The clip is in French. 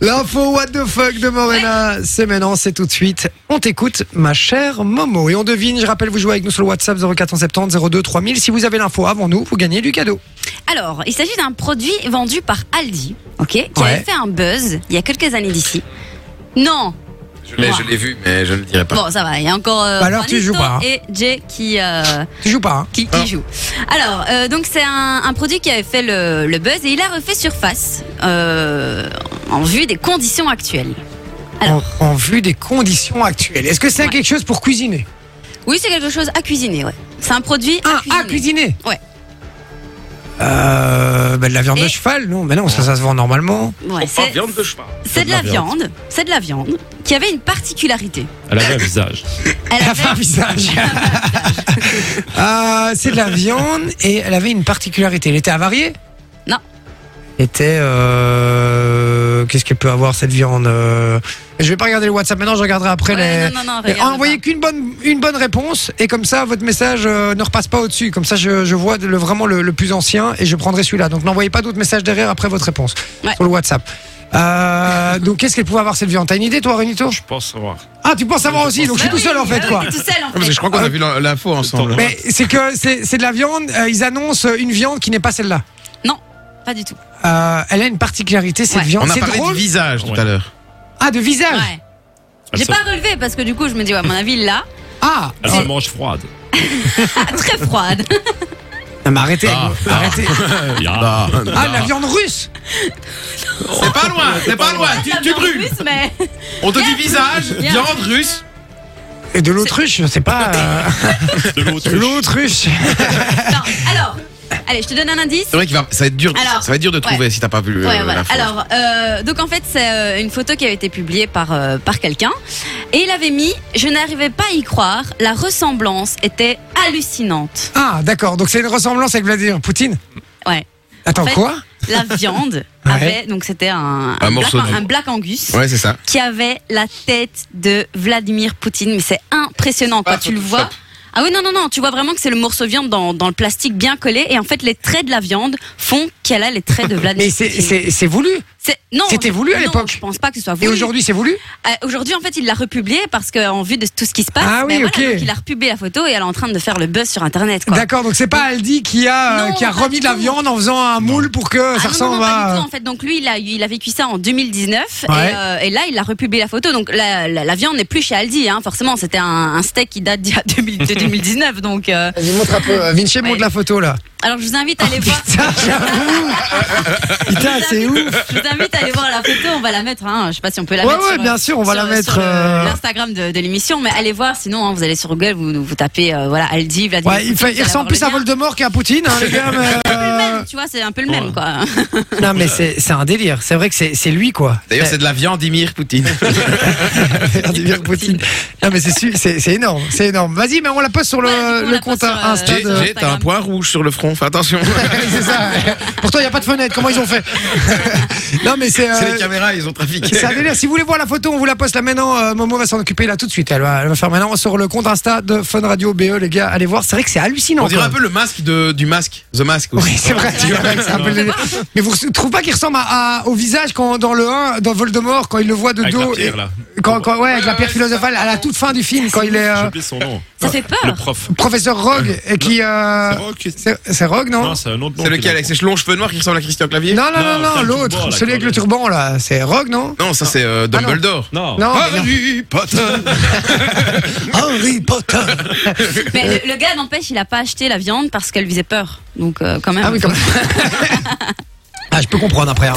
L'info What the fuck de Morena, c'est maintenant, c'est tout de suite. On t'écoute, ma chère Momo. Et on devine, je rappelle, vous jouez avec nous sur le WhatsApp 0470 02 3000. Si vous avez l'info avant nous, vous gagnez du cadeau. Alors, il s'agit d'un produit vendu par Aldi, ok, qui avait Ouais. fait un buzz il y a quelques années d'ici. Non. Je l'ai, je l'ai vu, mais je ne le dirai pas. Bon, ça va. Il y a encore. euh, Bah alors, tu Juanito joues pas, hein. Et Jay qui. euh, Tu joues pas, hein qui, qui joue. Alors, euh, donc c'est un, un produit qui avait fait le, le buzz et il a refait surface euh, en vue des conditions actuelles. Alors. en, en vue des conditions actuelles. Est-ce que c'est Ouais. quelque chose pour cuisiner Oui, c'est quelque chose à cuisiner, ouais. C'est un produit à Ah, cuisiner. à cuisiner Ouais. Euh, bah, de la viande de Et- cheval, non Mais non, ça, ça se vend normalement. Ouais, c'est, Oh, viande de cheval. c'est de la viande, c'est de la viande qui avait une particularité. Elle avait un visage. Elle Elle avait- avait un visage. Ah, c'est de la viande et elle avait une particularité. Elle était avariée Non. Elle était. euh, Qu'est-ce qu'elle peut avoir cette viande euh, Je vais pas regarder le WhatsApp maintenant, je regarderai après Ouais, les. non, non, non, Et regarde envoyez pas. qu'une bonne, une bonne réponse et comme ça votre message euh, ne repasse pas au-dessus. Comme ça je, je vois le, vraiment le, le plus ancien et je prendrai celui-là. Donc n'envoyez pas d'autres messages derrière après votre réponse Ouais. sur le WhatsApp. Euh, donc qu'est-ce qu'elle pouvait avoir cette viande T'as une idée toi Renito Je pense savoir. Ah tu penses avoir aussi, donc je suis Bah tout seul oui, en fait bah quoi. oui, t'es tout seul en Parce que fait. Ah, je crois qu'on a vu l'in- l'info ensemble. Attends, Mais c'est que c'est c'est de la viande, euh, ils annoncent une viande qui n'est pas celle-là. Non, pas du tout. Euh, elle a une particularité cette Ouais. viande, On a c'est parlé drôle. du visage tout Ouais. à l'heure. Ah de visage. Ouais. Elle Ah, J'ai se- pas relevé parce que du coup, je me dis, ouais, à mon avis, là, Ah, ah, Elle se mange froide. très froide. Non, mais arrêtez, Ah. Bah, arrêtez. Ya. Ah, de la viande russe. C'est pas loin, c'est pas loin. Tu, Ça tu vient en brûles. plus, mais On te dit visage, Bien. viande russe. Et de l'autruche, je sais pas. euh, De l'autruche. L'autruche. Non, alors, allez, je te donne un indice. C'est vrai que ça va être dur, Alors, ça va être dur de trouver ouais. si t'as pas vu Ouais, euh, voilà. l'info. Alors, euh, donc en fait, c'est euh, une photo qui avait été publiée par, euh, par quelqu'un. Et il avait mis Je n'arrivais pas à y croire, la ressemblance était hallucinante. Ah, d'accord. Donc c'est une ressemblance avec Vladimir Poutine. Ouais. Attends, En fait- quoi La viande Ouais. avait, donc c'était un, Un un, black, morceau de- un black Angus. Ouais, c'est ça. Qui avait la tête de Vladimir Poutine. Mais c'est impressionnant pas quand tu le Photoshop. vois. Ah oui, non, non, non, tu vois vraiment que c'est le morceau de viande dans, dans le plastique bien collé. Et en fait, les traits de la viande font qu'elle a les traits de Vladimir Mais c'est- Poutine. c'est c'est voulu. C'est- non, C'était voulu à non, l'époque. Je pense pas que ce soit voulu. Et aujourd'hui, c'est voulu Euh, aujourd'hui, en fait, il l'a republié parce qu'en vue de tout ce qui se passe, Ah oui, ben voilà, ok. donc il a republié la photo et elle est en train de faire le buzz sur Internet. Quoi. D'accord, donc c'est pas Aldi qui a, euh, Non, qui a pas remis du de la tout. viande en faisant un moule pour que ça Ah non, non, ressemble non, pas à. du tout, en fait. Donc lui, il a, il a vécu ça en 2019 Ouais. et, euh, et là, il a republié la photo. Donc la, la, la viande n'est plus chez Aldi, hein, forcément. C'était un, un steak qui date d'il y a 2000 de 2019. Donc, euh, Vas-y, montre un peu. euh, Vinci, montre Ouais. la photo là. alors je vous invite à aller voir. Ah, Putain, j'avoue. Putain, c'est ouf. Je vous invite à aller voir la photo. On va la mettre. Hein. Je sais pas si on peut la Ouais, mettre. ouais, sur, bien sûr, on va sur- la mettre, sur le- euh, l'Instagram de, de l'émission. Mais allez voir. Sinon, hein, vous allez sur Google, vous, vous tapez euh, voilà Aldi, Vladimir. Ouais, il, fait- Poutine, il vous allez avoir ressemble plus le à lien. Voldemort qu'à Poutine, hein, les gars. mais, peu le euh, même, tu vois, c'est un peu le même, quoi. Non, mais c'est c'est un délire. C'est vrai que c'est c'est lui, quoi. D'ailleurs, c'est de la viande Imir Poutine. Vladimir Poutine. Non, mais c'est su- c'est c'est énorme. C'est énorme. Vas-y, mais on la poste sur le, Ouais, du coup, on le la compte poste sur, euh, Insta. J'ai de- j'ai- t'as un point rouge sur le front, fais attention. c'est ça. Pourtant, il n'y a pas de fenêtre. Comment ils ont fait Non, mais c'est. euh, C'est les caméras, ils ont trafiqué. c'est un délire. Si vous voulez voir la photo, on vous la poste là maintenant. Euh, Momo va s'en occuper là tout de suite. Elle va, elle va faire maintenant sur le compte Insta de Fun Radio BE, les gars. Allez voir. C'est vrai que c'est hallucinant. On dirait quoi. un peu le masque de, du masque, The Mask. aussi. Oui, c'est vrai. c'est vrai que c'est un peu le délire. Mais vous ne trouvez pas qu'il ressemble à, à- au visage quand, dans le 1, dans Voldemort, quand il le voit de Avec la dos pierre, et- là. Quand, quand- ouais, avec la pierre ouais, philosophale, à la toute fin du film, quand il est J'ai euh, oublié son nom. Ça fait Le peur. prof. professeur Rogue et qui. Ah. euh, C'est Rogue, c'est- c'est c'est Rogue, non Non, c'est un autre C'est nom. qu'il lequel a. avec ses longs cheveux noirs qui ressemble à Christian Clavier Non, non, non, Non, non, c'est le l'autre, turban, là, celui avec quand le il- turban, là. C'est Rogue, non Non, ça c'est Ah, euh, non. Dumbledore. Non, Non. mais non. Harry Potter. Harry Potter Mais le, le gars, n'empêche, il a pas acheté la viande parce qu'elle lui faisait peur. Donc, euh, quand même. Ah oui, comme Ah, je peux comprendre après. hein.